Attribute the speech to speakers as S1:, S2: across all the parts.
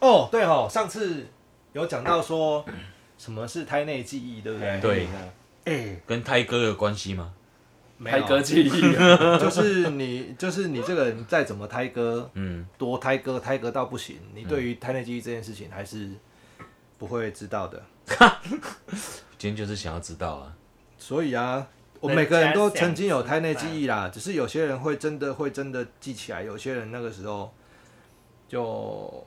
S1: 哦，对哦，上次有讲到说什么是胎内记忆，对不对？
S2: 对
S1: 哎，
S2: 跟胎哥有关系吗？
S1: 没
S3: 拍
S1: 有
S3: 歌，记忆 啊，
S1: 就是你，就是你这个人再怎么胎歌，
S2: 嗯，
S1: 多胎歌，胎歌到不行，你对于胎内记忆这件事情还是不会知道的。
S2: 今天就是想要知道啊。
S1: 所以啊，我
S4: 人
S1: 每个人
S4: 家
S1: 都
S4: 想
S1: 曾经有
S4: 知
S1: 胎内记
S4: 道
S1: 忆啦，只是有些人会真的会真的记起来，有些人那个时候就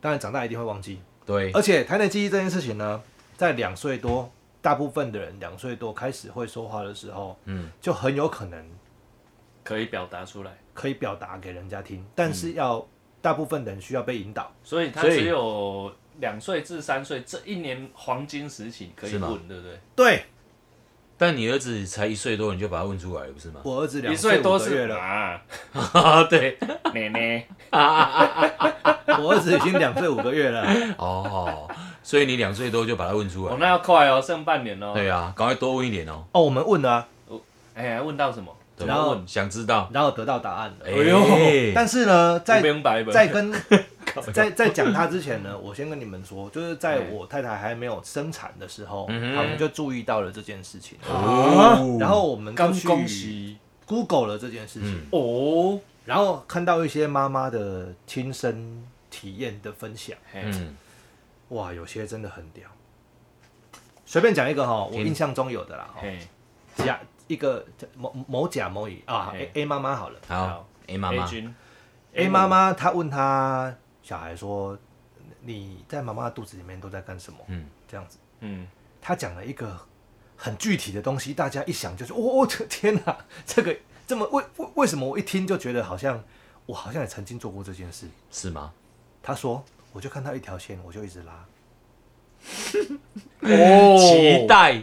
S1: 当然长大一定会忘记。
S2: 对，
S1: 而且胎内记忆这件事情呢，在两岁多，大部分的人两岁多开始会说话的时候，
S2: 嗯，
S1: 就很有可能
S3: 可以表达出来，
S1: 可以表达给人家听，但是要、大部分人需要被引导。
S3: 所以他
S2: 所以
S3: 只有两岁至三岁这一年黄金时期可以
S2: 是吗
S3: 问，对不对？
S1: 对
S2: 但你儿子才一岁多，你就把他问出来了，不是 吗？
S1: 我儿子两
S3: 一岁
S1: 多
S3: 多
S1: 个
S3: 是
S1: 月了，
S3: 啊，
S2: 啊，对，
S3: 奶奶，
S1: 我儿子已经两岁五个月了。
S2: 哦，所以你两岁多就把他问出
S3: 哦，
S2: 来。
S3: 那要快哦，剩半年哦。
S2: 对啊，赶快多问一点哦。
S1: 哦，我们问了啊、
S3: 哎呀，问到什么？
S2: 怎
S1: 然
S2: 么
S1: 后
S2: 问？想知道？
S1: 然后得到答案了。
S2: 哎
S1: 但是呢，在
S3: 明白吧？
S1: 在跟在在讲他之前呢，我先跟你们说，就是在
S3: 哎
S1: 我太太还没有生产的时候，
S2: 嗯哼
S1: 我们就注意到了这件事情，
S2: 哦
S1: 啊然后我们就
S3: 刚
S1: 去
S3: 恭喜
S1: Google 了这件事情，
S2: 嗯
S3: 哦，
S1: 然后看到一些妈妈的亲身体验的分享，
S3: 嘿
S2: 嗯，
S1: 哇，有些真的很屌。随便讲一个哈，我
S2: 听
S1: 印象中有的啦，哈
S3: 嘿，
S1: 甲一个某某甲某乙啊
S3: 哎
S1: ，A A 妈妈好了
S2: 好
S3: 好
S2: ，A 妈
S3: A
S2: 妈，
S3: 君
S1: ，A 妈妈她问她小孩说：“你在妈妈肚子里面都在干什么
S2: 嗯，？”
S1: 这样子，
S3: 嗯，
S1: 她讲了一个很具体的东西，大家一想就是，哦，哦这天哪，这个这么为为为什么我一听就觉得好像我好像也曾经做过这件事？
S2: 是吗？
S1: 她说，我就看到一条线，我就一直拉。
S3: 哦
S2: 期待，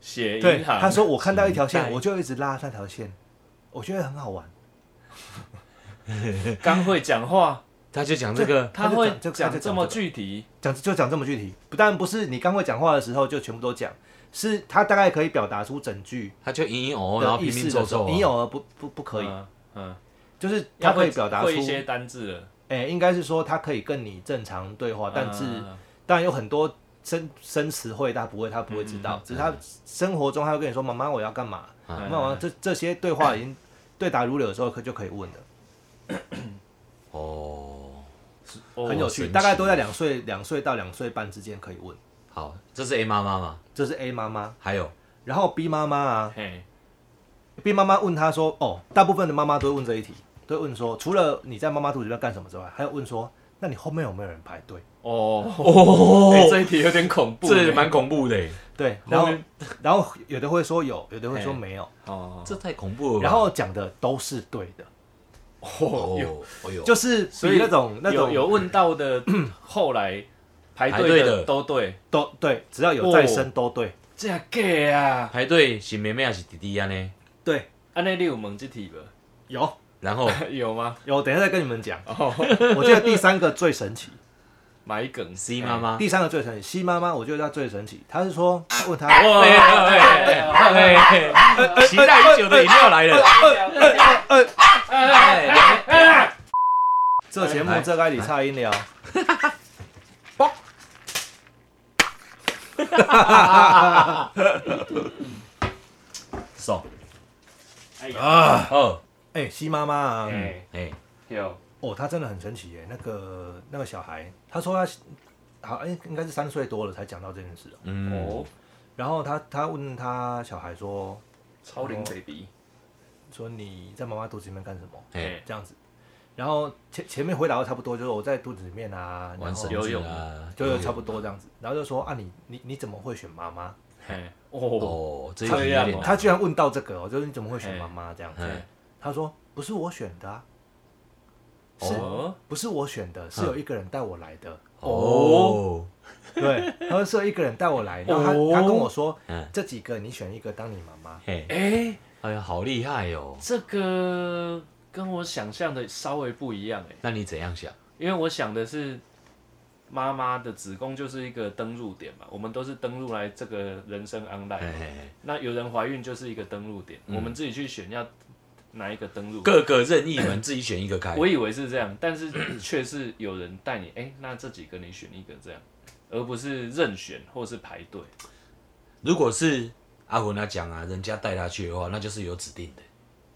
S3: 写
S1: 嗯对，
S3: 银行，
S1: 她说我看到一条线，
S2: 期待
S3: 嗯
S1: 我就一直拉那条线，我觉得很好玩。
S3: 刚会讲话，
S2: 他就讲这个，
S3: 他
S1: 他就
S3: 会
S1: 讲这个他就
S3: 讲
S1: 讲
S3: 这么
S1: 这个
S3: 具体，
S1: 讲就讲这么具体，不但不是你刚会讲话的时候就全部都讲，是她大概可以表达出整句
S2: 他就隐隐哦，然后
S1: 的意
S2: 拼
S1: 思
S2: 拼
S1: 的
S2: 凑
S1: 时候
S2: 凑啊，
S1: 你有而不不不可以，
S3: 嗯嗯，
S1: 就是
S3: 要
S1: 他可
S3: 会
S1: 以表达出
S3: 会一，些单字了，
S1: 哎，应该是说他可以跟你正常对话，但是
S3: 嗯
S1: 当然有很多生生词汇他不会，他不会知
S3: 嗯
S1: 道，只是他生活中他会跟你说妈妈我要干嘛，
S2: 嗯
S1: 妈妈这这些对话已经对答如流的时候可就可以问了，
S2: 哦，
S3: 哦
S1: 很有
S2: 神
S1: 趣，
S2: 奇
S1: 大概都在两岁两岁到两岁半之间可以问，
S2: 好，这是 A 妈妈嘛？
S1: 这是 A 妈妈，
S2: 还有，
S1: 然后 B 妈妈啊，
S3: 嘿，
S1: B 妈妈问他说：“哦，大部分的妈妈都会问这一题，都会问说，除了你在妈妈肚子里面干什么之外，还有问说，那你后面有没有人排队
S3: 哦，
S2: 哦
S3: 哎这一题有点恐怖，
S2: 这蛮恐怖的耶，？”
S1: 对，然
S3: 后
S1: 后
S3: 面
S1: 然后有的会说有，有的会说
S3: 嘿
S1: 没有，
S3: 哦，
S2: 这太恐怖了吧。
S1: 然后讲的都是对的，
S2: 哦
S3: 有，
S2: 哎呦，
S1: 就是
S3: 所
S1: 比
S3: 以
S1: 那种那
S3: 有
S1: 种嗯
S3: 有问到的，后来排
S2: 排
S3: 队
S2: 队
S3: 的
S2: 的
S3: 都对，
S1: 都对，只要有再
S3: 哦
S1: 生都对，
S3: 这样 gay 啊，
S2: 排队是妹妹还是弟弟呀呢？
S1: 对，
S3: 安内利有问这题吧？
S1: 有
S2: 然后
S3: 有吗？
S1: 有，等一下再跟你们讲。
S3: 哦，
S1: 我觉得第三个最神奇，
S3: 买梗
S2: C 妈，妈，
S1: 第三个最神奇，C 妈妈我觉得她最神奇，她是说她问她，
S3: 哦，哎哎哎哎哎
S2: 哎期待已久的饮料来了。哎，
S3: 啊
S1: 这节目
S2: 来
S1: 这该理差音了。
S2: 爽
S3: 哎呀
S2: 啊！哦，
S1: 哎、c 妈妈啊。
S3: 哎，
S2: 哎，
S3: 有
S1: 哦，他真的很神奇耶！那个那个小孩，他说他好，应应该是三岁多了才讲到这件事哦、
S2: 嗯
S3: 哦，，
S1: 然后他他问他小孩说
S3: 超龄 baby，
S1: 说你在妈妈肚子里面干什么？
S2: 哎，
S1: 这样子。然后前前面回答的差不多，就是我在肚子里面啊，然
S2: 玩
S1: 后
S2: 绳
S3: 游
S2: 子
S3: 泳
S2: 啊，
S1: 就
S2: 游
S1: 是
S2: 泳
S1: 差不多这样子。然后就说啊你，你你怎么会选妈妈？
S3: 嘿，哦，
S2: 哦，这一
S3: 这
S2: 题有
S3: 样
S2: 点
S3: 哦
S1: 他居然问到这个、哦，就是你怎么会选妈妈这样子？
S2: 哎
S1: 他说不是我选的、啊，是、
S3: 哦，
S1: 不是我选的？
S3: 嗯
S1: 是有一个人带我来的。
S2: 哦，
S1: 对，他说是有一个人带我来，然后他、
S3: 哦
S1: 他跟我说，
S2: 嗯，
S1: 这几个你选一个当你妈妈。
S2: 嘿，
S3: 哎，
S2: 哎呀，好厉害哦！
S3: 这个跟我想象的稍微不一样哎，
S2: 那你怎样想？
S3: 因为我想的是。妈妈的子宫就是一个登入点嘛，我们都是登入来这个人生 online，
S2: 哎，嗯
S3: 那有人怀孕就是一个登录点，我们自己去选要哪一个登入？
S2: 各个任意门自己选一个开。
S3: 我以为是这样，但是却是有人带你，哎、那这几个你选一个这样，而不是任选或是排队。
S2: 如果是阿魂他讲啊，人家带他去的话，那就是有指定的，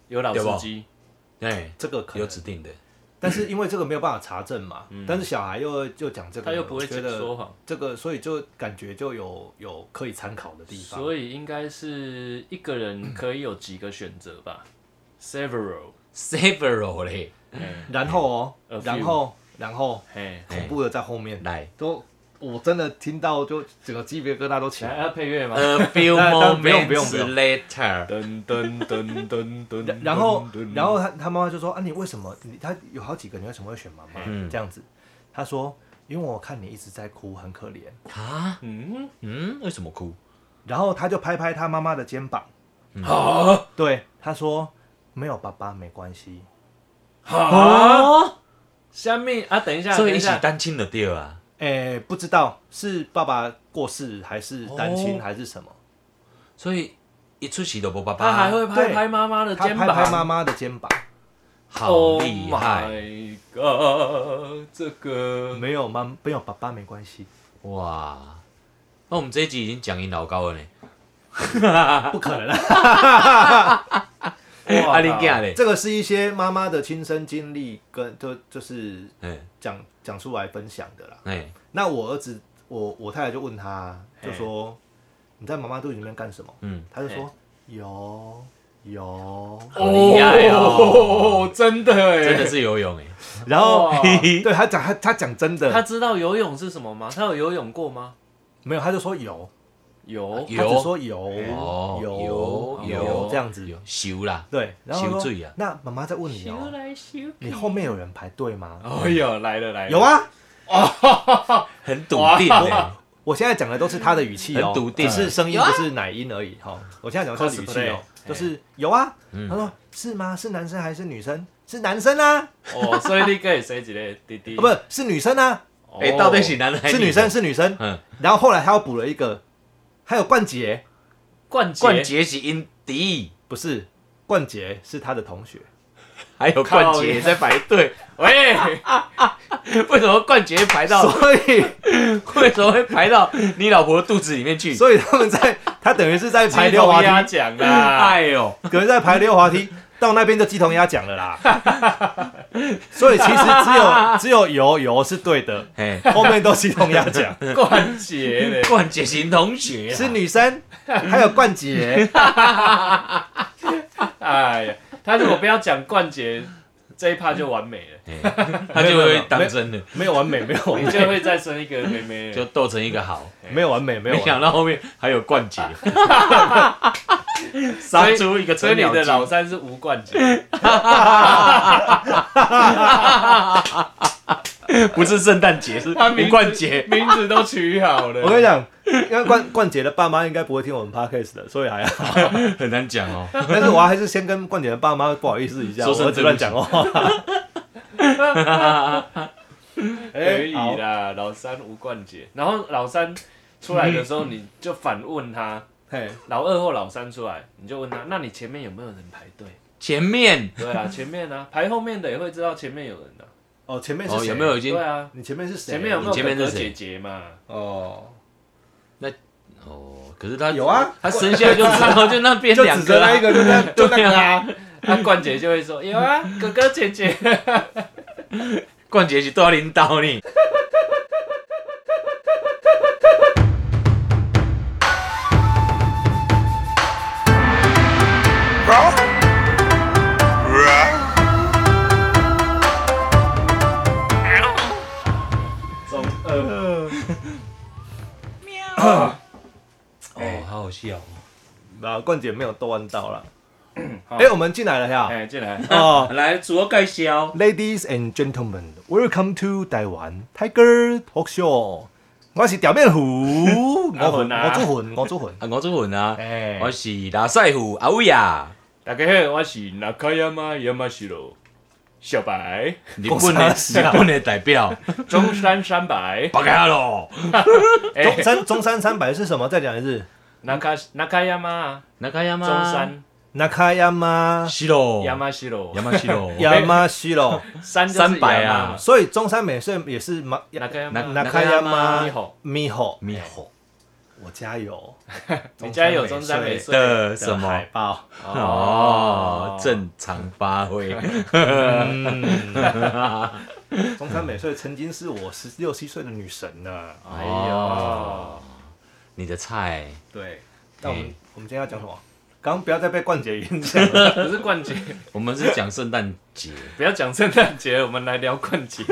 S3: 有老
S2: 对吧
S3: 司机，
S2: 哎，
S1: 这个可
S2: 有
S1: 能，
S2: 指定的。
S1: 但是因为这个没有办法查证嘛，但是小孩又又讲这个，
S3: 嗯他又不会
S1: 我觉得
S3: 说谎，
S1: 这个，所以就感觉就有有可以参考的地方。
S3: 所以应该是一个人可以有几个选择吧，several。
S2: several 嘞，
S1: 然后哦
S3: A，few
S1: 然后然后
S3: 嘿，
S2: 哎
S1: 恐怖的在后面，
S2: 来
S1: 都我真的听到就整个鸡皮疙瘩都起
S3: 想
S1: 来了。
S3: 要配乐吗？
S2: ，a few
S1: 但但不用不用
S2: moments
S1: 不用
S2: later，
S3: 噔噔噔噔噔
S1: 然后，
S3: 嗯
S1: 然后他他妈妈就说：“啊，你为什么？你他有好几个，你为什么会选妈妈？
S2: 嗯
S1: 这样子。”他说：“因为我看你一直在哭，很可怜。
S2: 啊，
S3: 嗯，
S2: 嗯，为什么哭？”
S1: 然后他就拍拍他妈妈的肩膀，嗯
S3: 好
S1: 对他说：“没有爸爸没关系。
S3: 好，
S2: 哦，
S3: 下面啊，等一下，
S2: 所
S3: 等
S2: 以
S3: 一
S2: 一起
S3: 下，
S2: 单亲的对啊，”
S1: 哎，不知道是爸爸过世还是单亲
S2: 哦
S1: 还是什么，
S2: 所以一出席都不爸爸，
S3: 他还会拍
S1: 对
S3: 拍妈妈的
S1: 他
S3: 肩
S1: 拍
S3: 膀，
S1: 拍妈妈的肩膀，
S2: 好厉害
S3: Oh my god，这个
S1: 没有妈没有爸爸没关系，
S2: 哇！那我们这一集已经讲赢老高了呢，
S1: 不可能啊！
S2: 哎阿啊林干嘞，
S1: 这个是一些妈妈的亲身经历跟就就是
S2: 嗯
S1: 讲讲出来分享的啦。
S2: 哎，
S1: 那我儿子，我我太太就问他，就说你在妈妈肚子里面干什么？
S2: 嗯，
S1: 他就说游游，
S2: 好厉害哦，，
S3: 真的哎，
S2: 真的是游泳哎，
S1: 然后
S3: 哇
S1: 对他讲他他讲真
S3: 他
S1: 的，
S3: 知道游泳是什么吗？他有游泳过吗？
S1: 没有他就说游，
S2: 啊
S3: 有
S1: 他只说游
S2: 哦
S1: 游
S2: 游
S1: 游这样子，
S2: 有修啦，
S1: 对，然后
S2: 游
S1: 他
S2: 水
S1: 说
S2: 啊
S1: 那妈妈在问你哦，
S3: 来修
S1: 你后面有人排队吗？
S3: 哦哟，来了来了，
S1: 有，啊，
S2: 很笃定哎，
S1: 我现在讲的都是他的语气哦，
S2: 很笃定
S1: 只是声音不是奶音而已哈。我现在讲的是他的语气
S3: Cosplay，
S1: 哦，
S2: 哎
S1: 就是有啊。
S2: 嗯
S1: 他说是吗？是男生还是女生？是男生啊，
S2: 嗯
S3: 哦，所以你跟谁 几个弟弟？
S1: 啊不是是女生啊，
S3: 哦，
S2: 哎，到底是男的还
S1: 是女生？是女生。
S2: 嗯，
S1: 然后后来他又补了一个，还有冠杰，
S3: 冠杰
S2: 冠杰是因敌，
S1: 不是冠杰是他的同学，
S2: 还有冠杰在排队，
S3: 喂，
S2: 为什么冠杰排到？
S1: 所 以
S2: 为什么会排到你老婆肚子里面去？
S1: 所以他们在他等于是在排
S3: 排
S1: 溜
S3: 头
S1: 滑
S3: 鸭
S1: 梯，
S3: 奖啦，
S2: 呦，
S1: 等于在排溜滑梯。到那边就鸡同鸭讲了啦， 所以其实只有只有油油是对的，
S2: 哎，
S1: 后面都鸡同鸭讲。
S3: 冠杰嘞，
S2: 冠杰型同学啊
S1: 是女 生，还有冠杰，
S3: 哎呀，他如果不要讲冠杰，这一趴就完美 了，
S2: 哎他就会当真的，
S1: 没有完美，没有完
S3: 你就会再生一个妹妹
S2: 就
S3: 了。
S2: 斗成一个好。
S1: 没有完美，没有啊
S2: 没
S1: 完美。
S2: 想到后面还有冠杰，
S3: 所
S2: 杀
S3: 以
S2: 出一个
S3: 所
S2: 成
S3: 以你
S2: 鸟
S3: 的
S2: 的
S3: 老
S2: 老
S3: 三是无 冠杰，
S2: 哎不是圣诞节，是
S3: 他名
S2: 无
S3: 字
S2: 冠杰。
S3: 名字都取好了。
S1: 我跟你讲，因为冠冠杰的爸妈应该不会听我们 podcast 的，所以 还好。
S2: 很难讲哦。
S1: 但是我还是先跟冠杰的爸妈不好意思一下，
S2: 说
S1: 我
S2: 声
S1: 儿子乱讲话。
S3: 可
S1: 哎
S3: 以
S1: 好
S3: 啦，老三无冠杰。然后老三出来的时候，你就反 问他，
S1: 嘿，
S3: 老二或老三出来，你就问他，那你前面有没有人排队？
S2: 前面
S3: 对啊，前面啊， 排后面的也会知道前面有人的、啊
S1: 哦，前面是
S2: 哦，
S1: 谁
S2: 有没有？已经
S3: 对啊，
S1: 你前面是谁？
S3: 前面有没有
S2: 你前面
S3: 哥哥
S2: 是谁
S3: 姐姐嘛？
S1: 哦，
S2: 哦？可是他
S1: 有，啊，
S2: 他生下就知道就那 边
S1: 就
S2: 两
S1: 指着
S2: 啊
S1: 那一个，就那就那
S2: 对
S1: 个
S2: 啊
S1: 啊。
S3: 那、冠杰就会说有啊，哥哥姐 姐。
S2: 冠杰是多领导你。
S3: 中二，
S2: 哦，好好笑哦。
S1: 啊，冠杰没有都玩到了。
S3: 好
S1: 哎，我们进来了呀。
S3: 哎，进来。
S1: 哦
S2: 来，自我介绍。
S1: ，Ladies and gentlemen, welcome to 台湾 Tiger Talk Show。我是表面 虎，我
S3: 阿
S1: 魂，
S3: 魂啊
S1: 我主魂，我主魂。
S2: 啊，我做文啊，
S1: 哎
S2: 我是拉塞虎阿伟啊，
S3: 大家好，我是那卡亚马亚马西罗，小白，
S2: 日本的
S1: 讲啥
S2: 日本的代 表，，
S3: 中山三白
S2: 白家咯。
S1: 中
S3: 哎，
S1: 山中山三百是什么？再讲一次。
S3: 那卡那卡亚马
S2: 那看下吗？
S3: 中山
S1: 那卡亚吗？
S2: 西喽，
S3: 亚麻西罗
S2: 亚马西 喽，
S1: 亚吗西 喽。
S3: 三就是
S2: 三百
S3: 亚麻
S2: 啊
S3: 嘛，
S1: 所以中山美穗也是 马
S3: 那个
S2: 那
S1: 那卡亚吗
S3: 咪吼？，
S1: 咪吼，
S2: 猕猴
S1: 我家有
S3: 你家有中山美穗
S2: 的
S1: 什
S2: 什
S1: 么海
S2: 么？
S1: 报？
S2: 哦，正常发 挥，
S1: 中山美穗曾经是我十六七岁的女神呢。
S3: 哎呦，
S2: 你的菜
S1: 对，那我们
S2: 嗯
S1: 我们今天要讲什么？刚刚不要再被冠杰影响了。
S3: 不是冠杰，
S2: 我们是讲圣诞节，
S3: 不要讲圣诞节，我们来聊冠杰。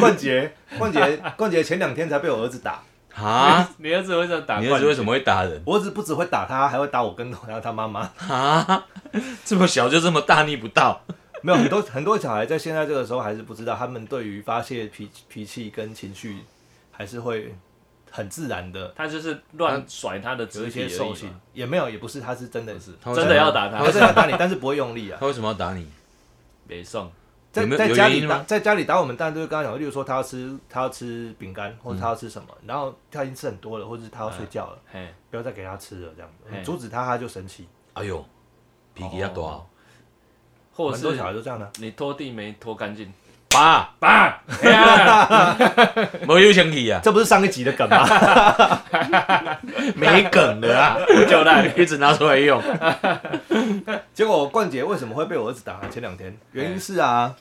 S1: 冠杰，冠杰，冠杰前两天才被我儿子打，
S2: 啊？
S3: 你儿子为什么打
S2: 你
S3: 冠
S2: 儿
S3: 杰？
S2: 子为什么会打人
S1: 我儿子不只会打他，还会打我跟 头，还有他妈妈。
S2: 啊？这么小就这么大逆不道，
S1: 没有很多很多小孩在现在这个时候还是不知道，他们对于发泄脾脾气跟情绪，还是会很自然的
S3: 他就是乱甩他的
S1: 有
S3: 肢
S1: 一
S3: 体
S1: 些
S3: 而
S1: 兽
S3: 已
S1: 性
S3: 嘛，，
S1: 也没有，也不是，他是真的是，
S2: 他为什
S3: 真
S2: 么
S3: 的要打他
S1: 他，会真的打你，但是不会用力啊。
S2: 他为什么要打你？
S3: 没送。
S1: 在
S2: 有没有
S1: 在
S2: 有
S1: 家
S2: 原
S1: 里
S2: 因
S1: 打
S2: 吗
S1: 在家里打我们，当然就是跟他讲，例如说他要吃他要吃饼干，或者
S2: 嗯
S1: 他要吃什么，然后他已经吃很多了，或者是他要睡觉了，
S3: 嘿，
S1: 不要再给他吃了这样子，
S3: 嗯
S1: 你阻止他他就生气。
S2: 哎呦，脾气要大，
S3: 或者
S1: 很多
S3: 是
S1: 小孩都这样的、啊
S3: 你拖地没拖干净，
S2: 爸，
S3: 爸，哎呀
S2: 没有生气啊，
S1: 这不是上一集的梗吗？
S2: 没梗的啊，
S3: 就烂。
S2: 一直拿出来用。
S1: 结果冠杰为什么会被我儿子打？前两天原因是啊，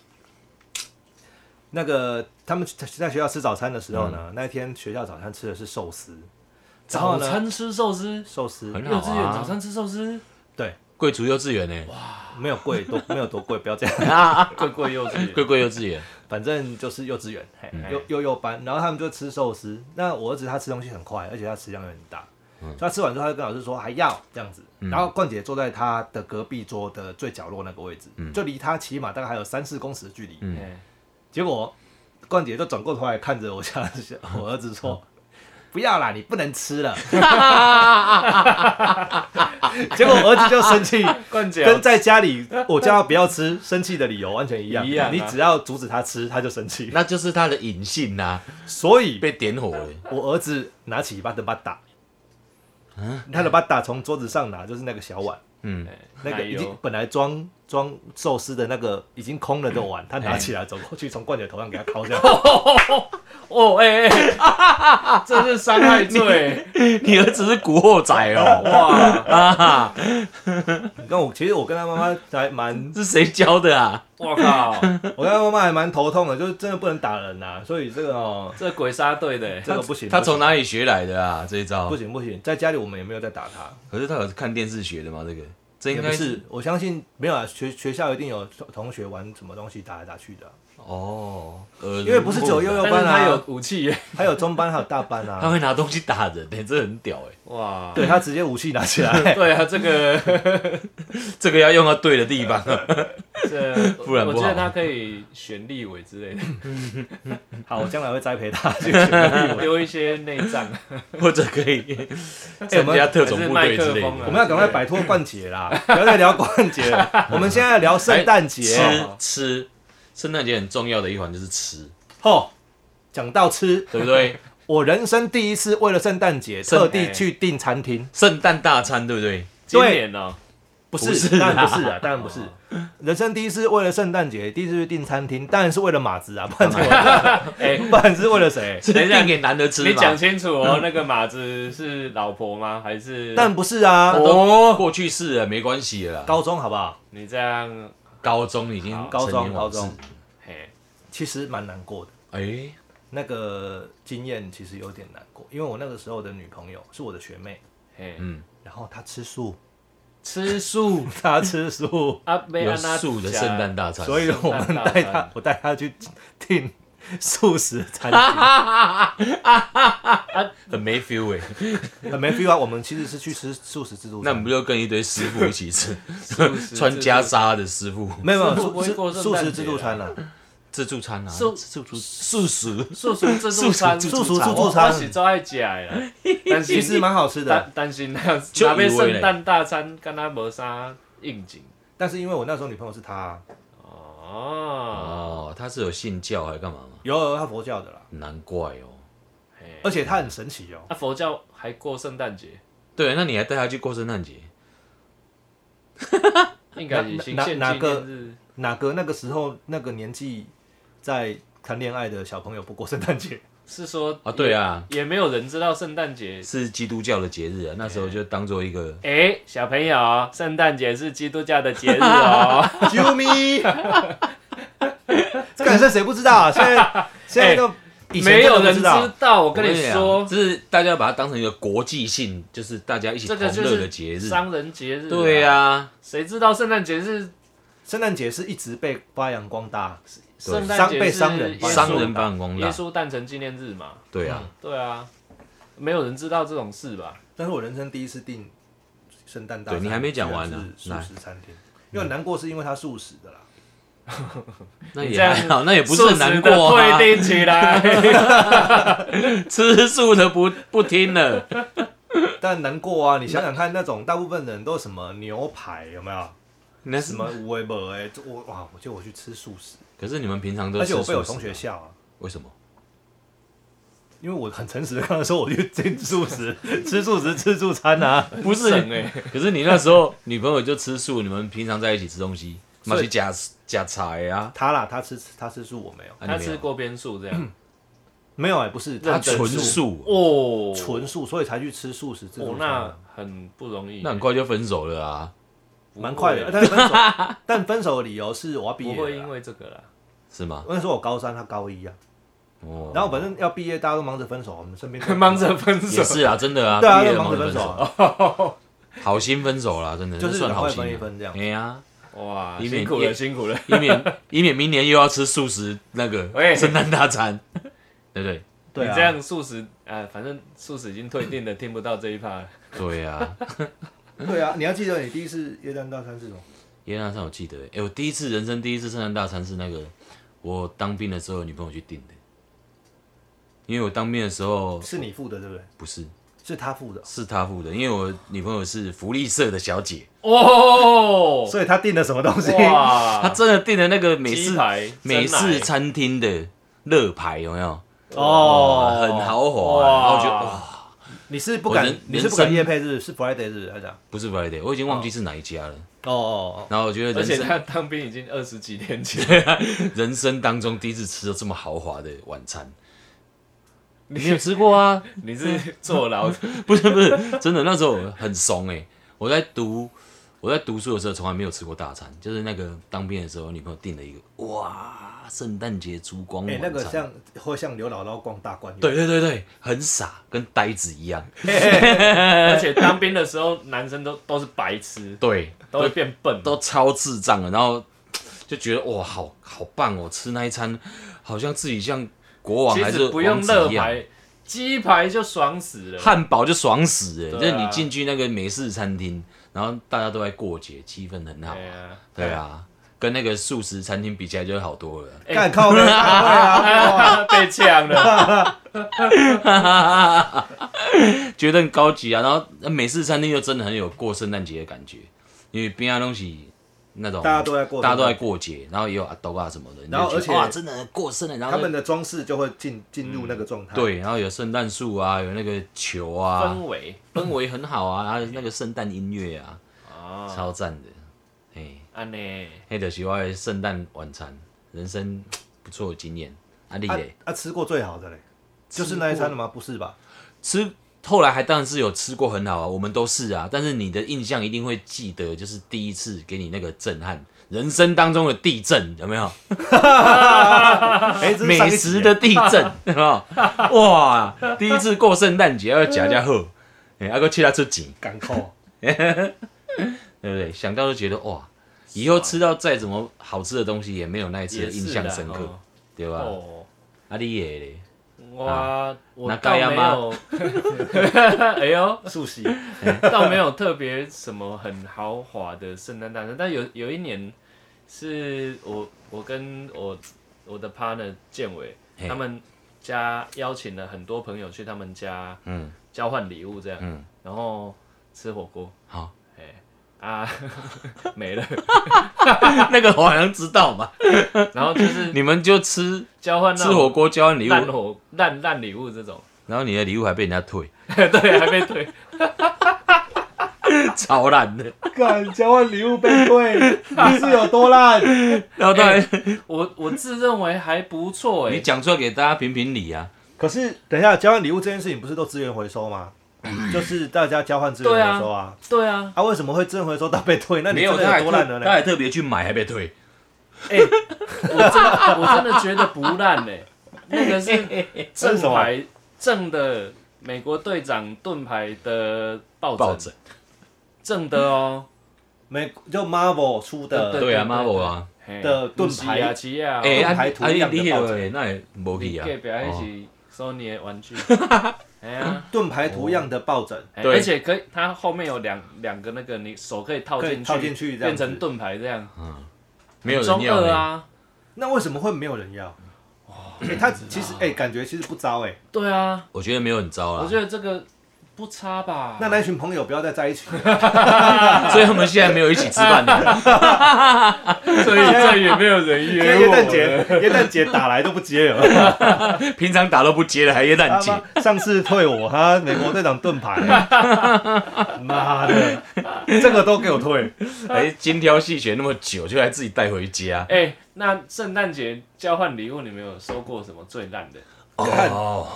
S1: 那个他们在学校吃早餐的时候呢，那一天学校早餐吃的是寿司，然后
S3: 嗯早
S1: 呢
S3: 餐吃寿司，
S1: 寿司
S2: 很
S3: 幼
S2: 好啊
S3: 稚园早餐吃寿司，
S1: 对，
S2: 贵族幼稚园欸呢、
S1: 没有贵多，没有多贵，不要这样，
S3: 贵贵幼稚 园。
S2: 贵贵幼稚园，
S1: 反正就是幼稚园，嘿
S3: 嗯
S1: 幼幼幼班，然后他们就吃寿司。那我儿子他吃东西很快，而且他食量也很大，
S3: 嗯
S1: 所以他吃完之后他就跟老师说还要这样子。然后冠姐坐在他的隔壁桌的最角落那个位置，
S3: 嗯
S1: 就离他起码大概还有三四公尺的距离。
S2: 嗯
S3: 嘿
S1: 结果冠姐就转过头来看着我家 我儿子说：“不要啦，你不能吃了。” 结果我儿子就生 气，
S3: 冠杰
S1: 跟在家里我叫他不要吃生气的理由完全一样。
S3: 一样啊
S1: 你只要阻止他吃，他就生气。
S2: 那就是他的隐性呐、
S1: 所以
S2: 被点火了。
S1: 我儿子拿起巴的巴打，
S2: 啊
S1: 他的巴打从桌子上拿，就是那个小碗，
S2: 嗯，
S3: 嘿
S1: 那
S3: 哎奶
S1: 个已经
S3: 油
S1: 本来装装寿司的那个已经空了的碗，他拿起来走过去，从冠姐头上给他敲 下来。
S3: 哦，哎哎， 这是伤害罪
S2: 你儿子是古惑仔哦、
S3: 哇
S2: 啊，
S1: 你看我，其实我跟他妈妈还蛮，
S2: 是谁教的啊？
S3: 我靠，
S1: 我跟他妈妈还蛮头痛的，就是真的不能打人呐、所以这个哦，
S3: 这鬼杀队的
S1: 这个不行，
S2: 他从哪里学来的啊？这一招
S1: 不？行不行，在家里我们也没有在打他，
S2: 可是他有看电视学的吗？这个，这应
S1: 也不
S2: 该
S1: 是，我相信没有啊，学学校一定有同学玩什么东西打来打去的啊、
S2: 哦，
S1: 因
S2: 因
S1: 为不是只有幼幼
S3: 但
S1: 班
S3: 是
S1: 啊，
S3: 他有武器耶，
S1: 还有中班还有大班
S2: 他
S1: 啊，
S2: 会拿东西打人呢、这很屌哎、
S3: 哇，
S1: 对他直接武器拿起来，
S3: 对啊，这个
S2: 这个要用到对的 地方。
S1: 啊
S3: 这，
S2: 不然不
S3: 我
S2: 好
S3: 觉得他可以选立委之类的，
S1: 好，我将来会栽培他， 哎
S3: 丢一些内脏，
S2: 或者可 以参加特种部队之类
S3: 还是麦克风啊
S1: 我
S2: 的。
S1: 们要赶快摆脱冠节啦，不要再聊冠节 了，我们现在聊圣诞节
S2: 哎吃
S1: 哦，
S2: 吃，圣诞节很重要的一环就是吃，
S1: 吼，讲到吃，
S2: 对不对？
S1: 我人生第一次为了圣诞节
S2: 圣哎
S1: 特地去订餐厅，
S2: 圣诞大餐，对不对？
S3: 今年哦，
S1: 不
S2: 不
S1: 是，
S2: 是
S1: 当然
S2: 啦哦
S1: 不是啊，当然不是。人生第一次为了圣诞节，第一次去订餐厅，当然是为了马子 啊，不然是为了
S3: 哎
S1: 。不然是为了谁？
S2: 是
S3: 等一下
S2: 递给男的吃
S3: 你讲
S2: 嘛？
S3: 清楚哦，那个马子是老婆吗？还是？
S1: 但不是啊，
S2: 哦，过去式了，没关系了啦。
S1: 高中好不好？
S3: 你这样，
S2: 高中已经
S3: 好
S1: 高中
S2: 成年往事
S1: 高中，
S3: 嘿，
S1: 其实蛮难过的，
S2: 哎，
S1: 那个经验其实有点难过，因为我那个时候的女朋友是我的学妹，
S3: 嘿，
S2: 嗯，
S1: 然后她吃素，
S3: 吃素
S1: 她吃 素，
S3: 啊，没
S2: 有
S3: 安娜
S2: 素的圣诞大餐，
S1: 所以我们
S3: 大
S1: 带
S3: 餐
S1: 她，我带她去订素食餐
S3: 啊
S1: 厅，
S2: 很没 feel 哎。
S1: 很没 feel 啊。我们其实是去吃素食自助
S2: 那
S1: 餐
S2: 你。不就跟一堆师傅一起 吃，
S3: 素
S2: 穿袈裟的师傅
S1: 没有没有
S3: 师傅不会过
S1: 素
S3: 圣
S1: 素
S3: 诞
S1: 食自
S3: 节
S1: 助
S3: 啊
S1: 餐了、
S2: 自助餐啊，
S3: 素
S2: 自助素食
S3: 素食自助餐，
S1: 自
S2: 素食
S1: 助餐
S3: 我我是最爱食的啦， 但
S1: 其实
S3: 是
S1: 蛮好吃的，
S3: 担担心那
S2: 就
S3: 那边
S2: 以为
S3: 圣诞大餐跟他无啥应景
S1: 但是因为我那时候女朋友是她啊，
S3: 哦，
S2: 哦，他是有信教还是干嘛吗？
S1: 有她佛教的啦，
S2: 难怪哦，
S3: 嘿
S1: 而且她很神奇哦，
S3: 啊佛教还过圣诞节，
S2: 对，那你还带他去过圣诞节？
S3: 应该是行
S1: 哪
S3: 宪
S1: 哪
S3: 纪
S1: 个
S3: 念日，
S1: 哪个那个时候那个年纪在谈恋爱的小朋友不过圣诞节？
S3: 是说
S2: 啊，对啊，
S3: 也，也没有人知道圣诞节。
S2: 是基督教的节日啊，那时候就当做一个
S3: 哎，小朋友，圣诞节是基督教的节日哦。
S1: 救 命！干这谁不知道啊？现在现在都 以前
S3: 哎没有
S1: 真的
S3: 人
S1: 不
S3: 知
S1: 知道，
S3: 道，我跟你说，
S2: 只啊是大家把它当成一个国际性，就是大家一起
S3: 这
S2: 同
S3: 个就
S2: 乐的节
S3: 是
S1: 啊
S2: 日。
S3: 商人节日。
S2: 对
S3: 呀，
S2: 啊，
S3: 谁知道圣诞节是
S1: 圣诞节是一直被发扬光大，
S2: 对
S3: 圣诞节
S1: 被
S3: 是
S1: 商人
S3: 耶稣
S2: 商人办公
S3: 耶
S2: 啦，
S3: 稣诞辰纪念日嘛？
S2: 对啊，
S3: 对啊，没有人知道这种事吧？
S1: 但是我人生第一次订圣诞大餐，
S2: 对你还没讲完呢
S1: 居然是素食餐厅，因为难过是因为它素食的啦。
S2: 那
S3: 嗯你
S2: 也
S3: 这样
S2: 还好，那也不是很难过
S3: 素食的
S2: 啊。
S3: 退订起来，
S2: 吃素的不不听 了，
S1: 但难过啊，你想想看，那种大部分人都什么牛排有没有？
S2: 那
S1: 什
S2: 什么？
S1: 么无为不哎，这我哇，我就我去吃素食，
S2: 可是你们平常都
S1: 而且我
S2: 吃素
S1: 被我
S2: 食
S1: 同学
S2: 吗
S1: 笑啊。
S2: 为什么？
S1: 因为我很诚实的跟他说，我去吃素食， 吃素食吃素餐啊。
S2: 不是
S3: 省欸
S2: 可是你那时候女朋友就吃素，你们平常在一起吃东西，嘛
S1: 所以
S2: 去假假菜啊，
S1: 他啦，他吃他吃素，我没有，
S2: 啊
S3: 他
S2: 你没有嗯
S3: 吃锅边素这样。
S1: 没有哎、不是
S2: 他
S1: 他
S2: 纯素，
S3: 哦，
S1: 纯素，所以才去吃素食自助
S3: 哦，
S1: 餐
S3: 那
S1: 啊，
S3: 很不容易，
S2: 那很快就分手了啊？
S3: 不会
S1: 蛮快的。但分手，但分手的理由是我要毕
S3: 不
S1: 业
S3: 会
S1: 了
S3: 因
S1: 啦。
S3: 为这个啦。
S2: 是吗？
S1: 那时候我高三，他高一啊。
S2: 哦，
S1: 然后反正要毕业，大家都忙着分手，我们身边
S3: 忙着分手
S2: 也，是啊，真的啊，
S1: 对啊，
S2: 毕业
S1: 都
S2: 了
S1: 忙着
S2: 嘛
S1: 分手，啊，
S2: 好心分手啦，真的，
S1: 就是
S2: 那算
S1: 赶
S2: 好
S1: 快
S2: 心
S1: 分一
S2: 啊。
S1: 分这样。
S2: 哎呀，
S3: 哇，
S2: 以免
S3: 辛苦
S2: 也
S3: 了，辛苦了。
S2: 以免以免明年又要吃素食那个
S3: 喂
S2: 圣诞大餐， 对不对？
S1: 对
S3: 你
S1: 啊，
S3: 这样素食，啊，反正素食已经退订了，听不到这一趴了。
S2: 对啊，
S1: 对啊，你要记得你第一次夜店大餐是什么？
S2: 耶诞上我记得，哎，我第一次人生第一次圣诞大餐是那个我当兵的时候有女朋友去订的，因为我当兵的时候
S1: 是你付的对不对？
S2: 不是。
S1: 是他付的，
S2: 是她付的，因为我女朋友是福利社的小姐，
S3: 哦，
S1: 所以他订了什么东西？
S2: 她
S3: 哇，
S2: 真的订了那个美
S3: 鸡
S2: 式
S3: 排
S2: 美
S3: 蒸奶
S2: 式餐厅的乐牌，有没有？
S1: 哦，
S2: 很豪华、然后
S3: 哇
S2: 我觉得哦哇，
S1: 你是不
S2: 我
S1: 敢
S2: 人，
S1: 你是不
S2: 人
S1: 敢
S2: 生
S1: 夜配日，是 Friday 日还是讲？
S2: 不是 Friday，我已经忘记是哪一家了。
S1: 哦哦
S2: 然后我觉得
S3: 而且
S2: 人
S3: 他
S2: 生
S3: 当兵已经二十几年前，
S2: 人生当中第一次吃到这么豪华的晚餐，你没有吃过啊？
S3: 你是坐牢的，
S2: 不是不是，真的那时候我很怂哎、我在读我在读书的时候从来没有吃过大餐，就是那个当兵的时候，女朋友订了一个哇，圣诞节烛光
S1: 哦，哎
S2: 嗯晚，
S1: 那个
S2: 餐。
S1: 像会像刘姥姥逛大观园，
S2: 对对对对，很傻，跟呆子一样。
S3: 而且当兵的时候男生都都是白痴，
S2: 对，
S3: 都会变笨。
S2: 都超智障了，然后就觉得哇，好好棒哦，吃那一餐好像自己像国王
S3: 其
S2: 还
S3: 实
S2: 是
S3: 不用
S2: 王子
S3: 乐
S2: 一样，
S3: 牌，鸡排就爽死了。
S2: 汉堡就爽死了。就
S3: 对
S2: 是
S3: 啊
S2: 你进去那个美式餐厅，然后大家都在过节，气氛很好
S3: 哎。呀，
S2: 对啊，跟那个素食餐厅比起来就好多了。
S1: 干靠背大会 啊，哇
S3: 啊，被呛了。
S2: 觉得很高级啊，然后呃美式餐厅又真的很有过圣诞节的感觉，因为边啊上东西那种
S1: 大家都在过
S2: 大家都在过节，然后也有阿斗啊什么的，你就
S1: 然后
S2: 觉得
S1: 而且
S2: 哇，真的过圣诞，然后
S1: 他们的装饰就会进进入那个状态。，
S2: 对，然后有圣诞树啊，有那个球 啊
S3: 氛，围
S2: 氛围很好啊，然后那个圣诞音乐啊，
S3: 啊，
S2: 超赞的。哎，
S3: 安啊呢？
S2: 黑的喜欢圣诞晚餐，人生不错的经验。阿丽
S1: 啊
S2: 嘞，
S1: 啊，吃过最好的嘞，就是那一餐了吗？不是 吧？
S2: 吃后来还当然是有吃过很好啊，我们都是啊，但是你的印象一定会记得，就是第一次给你那个震撼，人生当中的地震有没有？
S1: 哎，这是上
S2: 美
S1: 一集
S2: 食的地震， 有没有？哇，第一次过圣诞节要夹夹贺，哎，阿哥去他出钱。
S1: 港口，
S2: 对不对？想到就觉得哇，以后吃到再怎么好吃的东西，也没有那一次的印象深
S3: 也是啦
S2: 刻，对吧？
S3: 哦，
S2: 阿丽也嘞，
S3: 哇，我
S2: 那
S3: 倒没
S2: 该吗
S3: 有， 哎呦，
S1: 素食
S3: 倒没有特别什么很豪华的圣诞大餐，但有有一年是我我跟我我的 partner 建伟
S2: 嘿
S3: 他们家邀请了很多朋友去他们家
S2: 嗯，
S3: 交换礼物这样，
S2: 嗯
S3: 然后吃火锅，
S2: 好，
S3: 哎啊 没了，
S2: 那个我好像知道嘛，
S3: 然后就是
S2: 你们就吃
S3: 交换那
S2: 吃火
S3: 种
S2: 锅交换礼物，
S3: 烂火烂烂礼物这种，
S2: 然后你的礼物还被人家退，
S3: 对，还被推，
S2: 超烂的。
S1: 干交换礼物被退，你是有多烂？
S2: 然后当然，
S3: 我我自认为还不错哎、
S2: 哎你讲出来给大家评评理啊。
S1: 可是等一下，交换礼物这件事情不是都资源回收吗？就是大家交换资源
S3: 对啊
S1: 回收啊。
S3: 对啊，
S1: 嗯啊，为什么会资源回收到被退？那你
S2: 没有，
S1: 真的
S2: 他还
S1: 有多烂
S2: 特
S1: 了
S2: 他
S1: 嘞？
S2: 还特别去买，还被退。
S3: 我真的觉得不烂哎、那 个是
S1: 这是
S3: 正
S1: 什么
S3: 牌正的美国队长盾牌的抱
S2: 抱
S3: 枕
S2: 枕，
S3: 正 的哦，
S1: 美就 Marvel 出的
S3: 对
S2: 对啊
S3: 对
S2: ，Marvel 啊，
S3: 嘿
S1: 的盾牌
S3: 不是啊，奇亚、
S2: 哎，
S3: 哦，
S2: 啊，
S1: 还
S2: 啊
S1: 涂一样的抱
S2: 你那个那也无去
S3: 你
S1: 哎
S2: 啊
S3: 隔。壁一
S2: 哦
S3: 起收你的玩 具，哎呀、
S1: 盾牌图样的抱枕，
S3: 哎
S2: 对
S3: 而且可以，它后面有两两个那个，你手可以套进
S1: 可以
S3: 去，
S1: 套进去这样
S3: 变
S1: 子
S3: 成盾牌这样，
S2: 没有人
S3: 中
S2: 要
S3: 二
S2: 欸。
S3: 啊，
S1: 那为什么会没有人要？哎，他其实哎，感觉其实不糟哎。
S3: 对啊，
S2: 我觉得没有很糟
S3: 我
S2: 啦，
S3: 觉得这个不差吧。
S1: 那 那群朋友不要再在一起了，
S2: 所以他们现在没有一起吃饭 的。
S3: 所以再也没有人
S1: 因为 耶诞节耶诞节打来都不接了。
S2: 平常打都不接的，还耶诞节。
S1: 他妈上次退我，他美国队长盾 牌，妈的，这个都给我退，
S2: 还哎精挑细选那么久，就还自己带回家。
S3: 哎、那圣诞节交换礼物，你们有收过什么最烂的？
S2: 哦，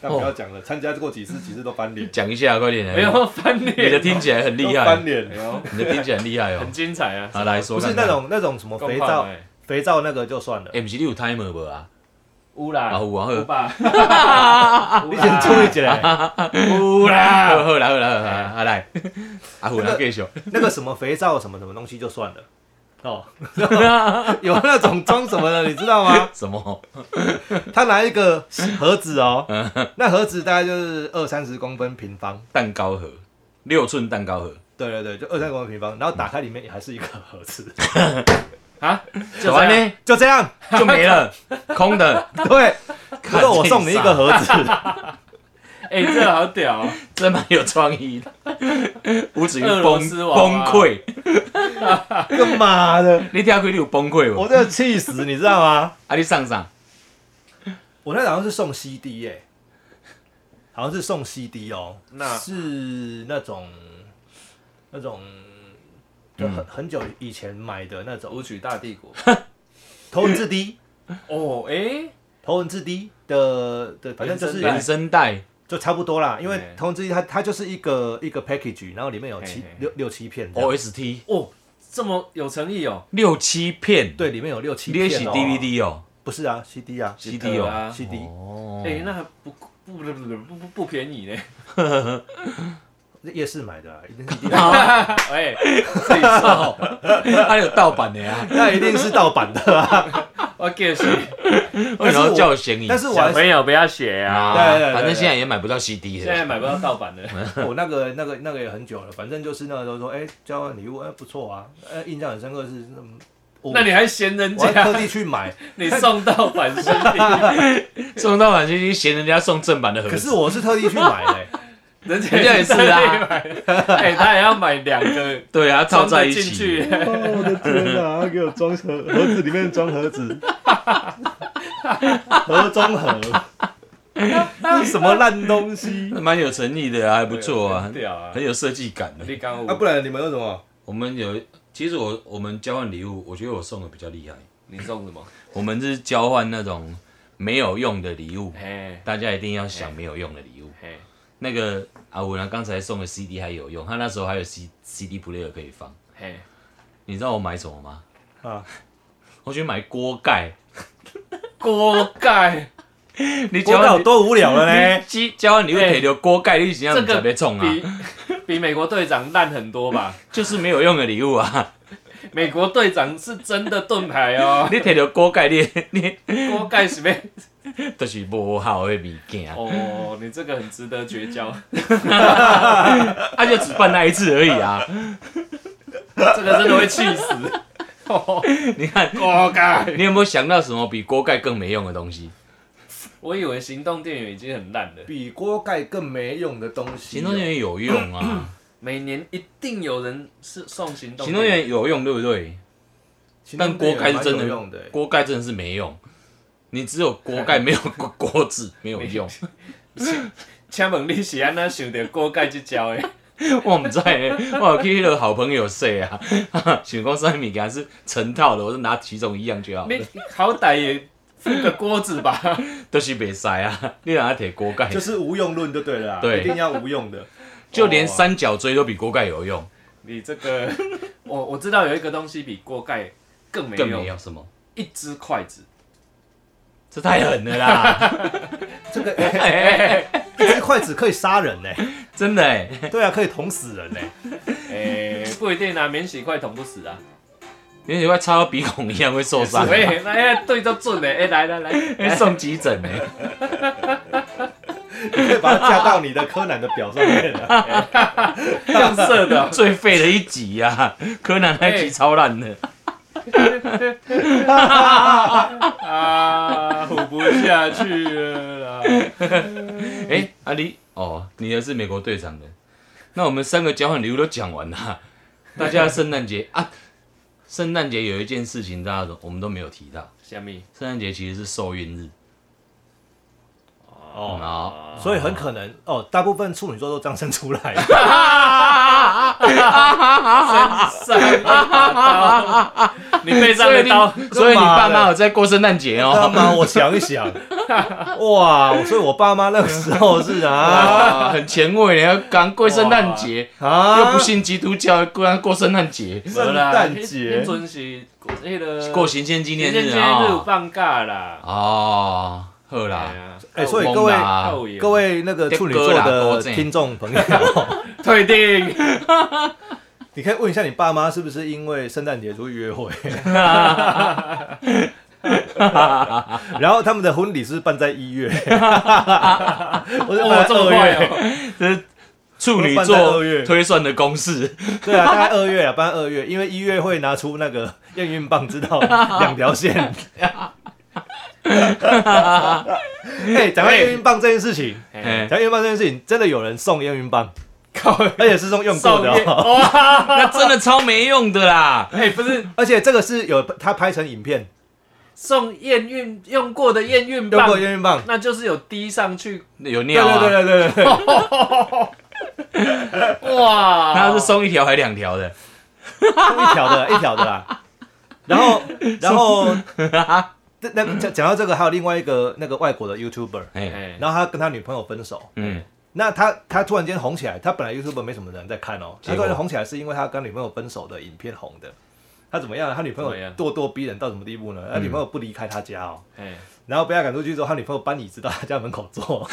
S1: 那不要讲了，参加过几次，几次都翻脸，
S2: 讲一下，快点来。
S3: 没有翻脸，
S2: 哎你的听起来很厉
S1: 都翻
S2: 害，
S1: 脸
S3: 哎，呦，
S2: 你的听起来很厉害哦
S3: 很。精彩啊！
S2: 好，来说
S1: 不是
S2: 看看
S1: 那种那种什么肥
S3: 够胖
S1: 皂，
S3: 哎，
S1: 肥皂那个就算了，
S2: 欸，不是你有 timer 无啊？
S3: 乌啦，
S2: 啊有啊好
S3: 有吧？
S1: 你
S3: 你
S1: 先注意起
S2: 啊
S1: 来，
S2: 有啦，好啦好啦好啦，好 来，啊有啦继续。
S1: 那个什么肥皂什么什么东西就算了。哦， 有那种装什么的，你知道吗？
S2: 什么？
S1: 他拿一个盒子哦，
S2: 嗯
S1: 那盒子大概就是二三十公分平方，
S2: 蛋糕盒，六寸蛋糕盒。
S1: 对对对，就二三十公分平方，然后打开里面也还是一个盒子，
S3: 啊，
S2: 走
S3: 就
S2: 完
S3: 这样，
S2: 呢
S1: 就这样。
S2: 就没了，空的，
S1: 对，可是我送你一个盒子，
S3: 哎，这个好屌哦，
S2: 真蛮有创意的。吴子云
S3: 俄罗
S2: 崩
S3: 斯娃
S2: 崩
S3: 娃
S2: 溃，
S1: 个妈的，
S2: 你听开你有崩溃
S1: 我
S2: 无？
S1: 真的气死，你知道吗？
S2: 啊，你上上，
S1: 我那好像是送 CD 耶、好像是送 CD 哦，
S3: 那
S1: 是那种那种就很、很久以前买的那种
S3: 舞曲大帝国。
S1: 头文字 D
S3: 哦，哎，
S1: 头文字 D 的的，反正就是
S3: 原
S2: 原声带，
S1: 就差不多啦，因为
S3: 嘿
S1: 头文字 D 它它就是一个一个 package，然后里面有七
S3: 嘿嘿嘿
S1: 六六七片这样
S2: OST
S3: 哦，这么有诚意哦，
S2: 六七片，，
S1: 对，里面有六七
S2: 你也
S1: 片、
S2: 洗
S1: 哦、
S2: DVD 哦
S1: 不是啊，CD 啊
S2: ，CD
S3: 对
S2: 哦，
S3: 啊
S1: ，CD。
S2: 哦，
S3: 哎，那还不不不不不不不便宜呢。
S1: 夜市买的、啊，一定是
S3: 哎，自己说，
S2: 啊还有盗版的 呀，
S1: 那一定是盗版 的啊！
S3: 我给是
S2: 为什么要叫我嫌疑？
S1: 但是我
S3: 小
S1: 还是
S3: 朋友不要学啊，
S2: 啊，
S1: 对对对对
S2: 反正现在也买不到 CD
S3: 现在
S2: 了，
S3: 买不到盗版的。
S1: 我那个那个那个也很久了，反正就是那个时候说，哎、交换礼物，哎、不错啊，哎、印象很深刻是，嗯我
S3: 那你还嫌人
S1: 我还特
S3: 家？
S1: 地去买，
S3: 你送到反身体，
S2: 送盗版 CD 嫌人家送正版的盒
S1: 可是
S2: 子，
S1: 我是特地去买的、 哎
S3: 人家
S2: 人家也是 啊
S3: 在那里买，哎，他也要买两个
S2: 对啊，套
S3: 装
S2: 在
S3: 得
S2: 一
S3: 进
S2: 起，
S3: 去。
S1: 哦我的天哪、他给我装盒盒子里面装盒 子，盒中盒，这是什么烂东西？
S2: 蛮有诚意的啊，还不错啊
S3: 很，屌啊！
S2: 很有设计感的。
S3: 你刚
S1: 啊，
S3: 我
S1: 不然你们有什么？
S2: 我们有，其实我我们交换礼物，我觉得我送的比较厉害。
S3: 你送什么？
S2: 我们是交换那种没有用的礼物，
S3: 嘿，
S2: 大家一定要想没有用的礼物。
S3: 嘿，
S2: 那个阿文啊，刚才送的 CD 还有用，他那时候还有 C CD player 可以放。
S3: 嘿，
S2: 你知道我买什么吗？
S1: 啊，
S2: 我去买锅盖。
S3: 锅 盖，
S2: 你
S1: 我
S2: 交
S1: 搞
S2: 换
S1: 多无聊了
S2: 哎
S1: 呢，，哎
S2: 交交换礼物提到锅盖，你怎
S3: 这
S2: 样特
S3: 个
S2: 别冲啊？
S3: 比比美国队长烂很多 吧？
S2: 就是没有用的礼物啊！
S3: 美国队长是真的盾牌哦，
S2: 你提到锅盖，你你
S3: 锅盖是咩？
S2: 就是无效的物件，
S3: 哦，你这个很值得绝交，
S2: 啊就只办那一次而已啊！
S3: 这个真的会气死。
S2: 你看，
S3: 锅盖，
S2: 你有没有想到什么比锅盖更没用的东西？
S3: 我以为行动电源已经很烂了，
S1: 比锅盖更没用的东西、哦
S2: 行动电源有用啊，
S3: 每年一定有人是送行 动
S2: 行动电源有用，对不对？
S1: 行
S2: 但
S1: 动
S2: 锅
S1: 电源
S2: 盖是真
S1: 蛮
S2: 的
S1: 有用的、哎
S2: 锅盖真的是没用，你只有锅盖没有锅锅子没有用。
S3: 请问你是安那想到锅盖去交的？
S2: 我唔知诶，我有去迄个好朋友说啊， 想讲啥物物件是成套的，我就拿其中一样就好，
S3: 你好歹也付个锅子吧。
S2: 都是袂使啊，你让他摕锅盖
S1: 就，是无用论就对了啦，啊
S2: 对
S1: 一定要无用的。
S2: 就连三角锥都比锅盖有用，
S3: 你这个，我我知道有一个东西比锅盖更没
S2: 更
S3: 用
S2: 没，有什么，
S3: 一只筷子。
S2: 这太狠了啦，
S1: 这个一只筷子可以杀人呢、
S2: 真的欸诶，
S1: 对啊，可以捅死人呢、
S3: 哎、不一定啊，免洗筷捅不死啊。
S2: 你你快插到鼻孔一样会受伤，
S3: 喂，那哎对都准了，哎、来来来，
S2: 会送急诊欸诶。
S1: 你可以把它架到你的柯南的表上面啊。
S3: 亮色的，
S2: 最废的一集呀、啊，柯南那
S3: 哎
S2: 集超烂的，
S3: 啊，唬不下去了啦。嗯
S2: 哎、阿狸，哦，你也是美国队长的，那我们三个交换礼物都讲完 了，大家的圣诞节啊，圣诞节有一件事情大家都我们都没有提到，
S3: 虾 米？
S2: 圣诞节其实是受孕日，
S1: 哦，
S2: 哦
S1: 所以很可能哦，大部分处女座都这样生出来。
S3: 上面把刀， 你背上的刀，
S2: 所以你爸妈有在过圣诞节
S1: 他
S2: 哦，
S1: 妈，我想一想，哇！所以我爸妈那个时候是啊
S2: 啊， 很前卫，要刚过圣诞节，
S1: 啊，
S2: 又不信基督教，过过圣诞节，
S1: 圣诞节
S3: 迄阵是迄个
S2: 过行宪纪念
S3: 纪
S2: 日
S3: 念日有
S2: 啊、
S3: 放假啦。
S2: 哦，好啦。
S3: 哎呀
S1: 哎所以
S2: 懵
S1: 各位
S2: 啦
S3: 靠眼
S1: 各位那个处女座的听众朋友，
S3: 退订，
S1: 你可以问一下你爸妈是不是因为圣诞节出去约 会，然后他们的婚礼是办在一 月，我是
S3: 哇，
S1: 办在
S3: 这么
S1: 二
S3: 快
S1: 月，
S3: 哦！
S2: 这是处女
S1: 都办在
S2: 座
S1: 二月
S2: 推算的公式，
S1: 对啊，大概二月啊，办在二月，因为一月会拿出那个验孕棒，知道两条线。 哎，讲到验孕棒这件事情，
S3: 哎
S2: 哎
S1: 讲到验孕棒这件事情，真的有人送验孕棒，
S3: 靠，
S1: 而且是送用过
S3: 少
S1: 的
S3: 爷
S1: 哦，
S3: 哇！
S2: 那真的超没用的啦！
S3: 哎，不是
S1: 而且这个是有他拍成影片，
S3: 送验孕用过的验孕
S1: 用
S3: 棒
S1: 过，验孕棒。
S3: 那就是有滴上去，
S2: 有
S1: 对
S2: 尿啊，
S1: 对对对对对，
S3: 哇！
S2: 他是送一条还两条的，
S1: 一条 的，一条的啦。然后，然后， 那那讲讲到这个，还有另外一个那个外国的 YouTuber，
S2: 哎，
S3: 哎，
S1: 然后他跟他女朋友分手，
S2: 嗯，
S1: 那他他突然间红起来，他本来 YouTube 没什么人在看哦，
S2: 结
S1: 他
S2: 果
S1: 突然红起来是因为他跟女朋友分手的影片红的。他怎么样？他女朋友
S3: 怎么样嗯
S1: 咄咄逼人到什么地步呢？他女朋友不离开他家哦，
S3: 哎，
S1: 然后被他赶出去之后，他女朋友搬椅子到他家门口 坐，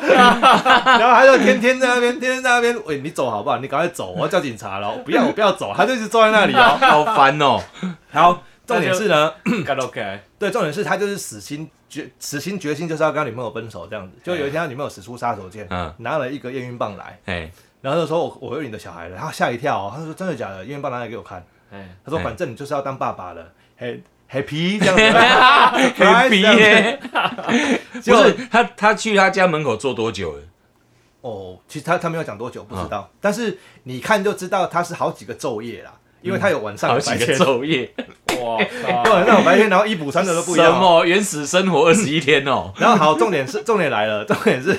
S1: 然后他就天天在那边，天天在那边，喂，你走好不好？你赶快走，我要叫警察了！我不要，我不要走，他就一直坐在那里 哦。
S2: 好烦哦，
S1: 好，重点是呢，
S3: 干 OK，
S1: 对，重点是他就是死心决死心决心，就是要跟他女朋友分手这样子。就有一天他女朋友使出杀手锏，
S2: 哎嗯
S1: 拿了一个验孕棒来，
S2: 哎，
S1: 然后就说我我有你的小孩了，他吓一跳、哦，他说真的假的？验孕棒拿来给我看，
S3: 哎，
S1: 他说
S2: 哎
S1: 反正你就是要当爸爸了，嘿。happy 这样 子，
S2: 很逼耶，
S1: 结
S2: 不
S1: 果
S2: 是他他去他家门口坐多久了？
S1: 哦，其实他他没有讲多久，不知道，但是你看就知道他是好几个昼夜啦，因为他有晚上
S2: 好
S1: 有
S2: 几
S1: 白
S2: 个
S1: 天，
S2: 昼夜，
S3: 哇
S1: 有
S3: 靠！
S1: 晚上有白天，然后衣服穿的都不一
S2: 什
S1: 样哦。
S2: 么原始生 活二十一天哦，
S1: 然后好，重点是重点来了，重 点是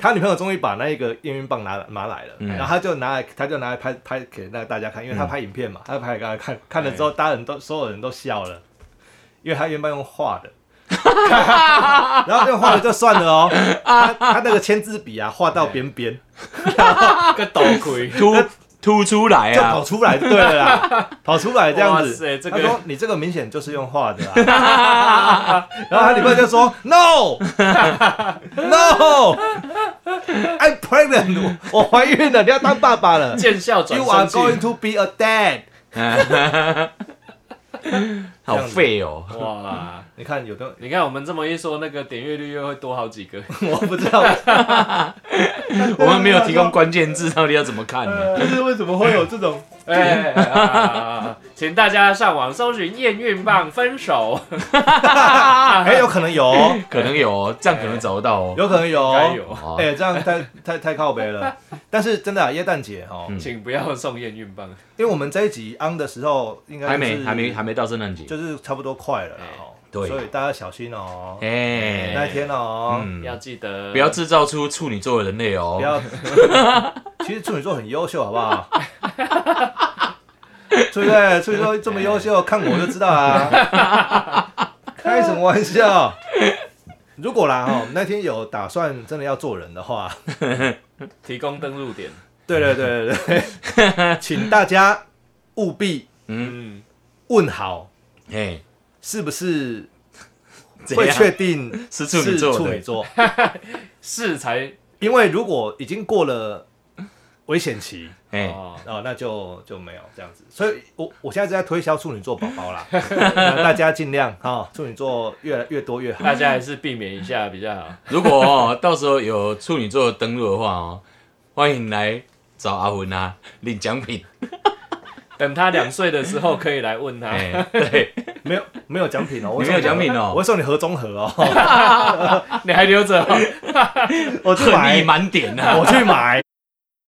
S1: 他女朋友终于把那一个验孕棒拿拿来
S2: 嗯
S1: 了，然后他就拿来，他就拿来拍拍给那个大家看，因为他拍影片
S2: 嗯
S1: 嘛，他拍给大家看，看了之后，
S2: 哎
S1: 大家人都所有人都笑了，因为他原本用画 的。 然后用画的就算了哦，他他那个签字笔啊，画到边边
S3: 个倒盔，
S2: 凸凸出来
S1: 就跑
S2: 啊，
S1: 出来就对了 啦，跑出来这样
S3: 哎哇
S1: 子
S3: 塞。这个
S1: 他说你这个明显就是用画的啊。 然后他女朋友就说 No No I'm pregnant，我我怀孕了，你要当爸爸 了。
S3: 见笑转
S1: You are
S3: 身
S1: going
S3: 去，
S1: to be a dad。
S2: 好废哦，
S3: 哇！
S1: 你看有的
S3: 你看我们这么一说，那个点阅率又会多好几个。
S1: 我不 知道，
S2: 我们没有提供关键字，到底要怎么看呢？
S1: 就是为什么会有这 种
S3: 哎、啊，请大家上网搜寻验孕棒分手，
S1: 哎，有可能有哦，
S2: 可能有哦，这样可能找得到哦。
S1: 有可能有
S3: 应
S1: 哦，
S3: 该有，
S2: 哦
S1: 哎，这样太太太靠背了。但是真的啊耶诞节哦，
S2: 嗯
S3: 请不要送验孕棒。
S1: 因为我们这一集 on 的时候，应该
S2: 还
S1: 就是
S2: 没，还没，还没到圣诞节。
S1: 就是差不多快了啦。哦，
S2: 对
S1: 所以大家小心哦，
S2: 哎，
S1: 那一天哦，
S3: 要记得
S2: 不要制造出处女座的人类哦
S1: 不。要。哦 其实处女座很优秀，好不好？ 对不对？处女座这么优秀，看我就知道啊。 开什么玩笑？如果啦哈，那天有打算真的要做人的 话，
S3: 提供登录点。
S1: 对对对对对，请大家务必
S3: 嗯，
S1: 问好，
S2: 哎，
S1: 是不是
S2: 怎
S1: 会
S2: 样
S1: 确定
S2: 是处女
S1: 是
S2: 座
S1: 处
S2: 的
S1: 女座？
S3: 是才
S1: 因为如果已经过了危险期，
S2: 哎，
S3: 哦，
S1: 哦，那就就没有这样子，所以我我现在是在推销处女座宝宝啦，那大家尽量哈、哦处女座越来越多越好。
S3: 大家还是避免一下比较好。
S2: 如果哦到时候有处女座登录的话哦，欢迎来找阿文啊领奖品。
S3: 等他两岁的时候可以来问他。
S2: 哎，对，
S1: 没有没有奖品哦，我会
S2: 你没有
S1: 送
S2: 奖品哦
S1: 我会送你盒中盒哦，
S3: 你还留着哦、
S1: 我去
S2: 恨意
S1: 买，
S2: 满点啊。
S1: 我去买，